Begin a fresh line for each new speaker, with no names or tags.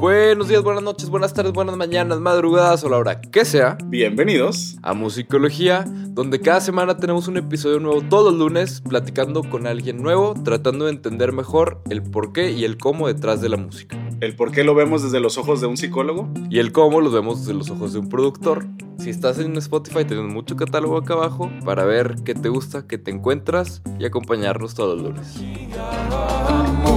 Buenos días, buenas noches, buenas tardes, buenas mañanas, madrugadas o la hora que sea
Bienvenidos.
a Musicología, donde cada semana tenemos un episodio nuevo todos los lunes platicando con alguien nuevo, tratando de entender mejor el por qué y el cómo detrás de la música.
El por qué lo vemos desde los ojos de un psicólogo.
Y el cómo los vemos desde los ojos de un productor. Si estás en Spotify, tenemos mucho catálogo acá abajo para ver qué te gusta, qué te encuentras y acompañarnos todos los lunes.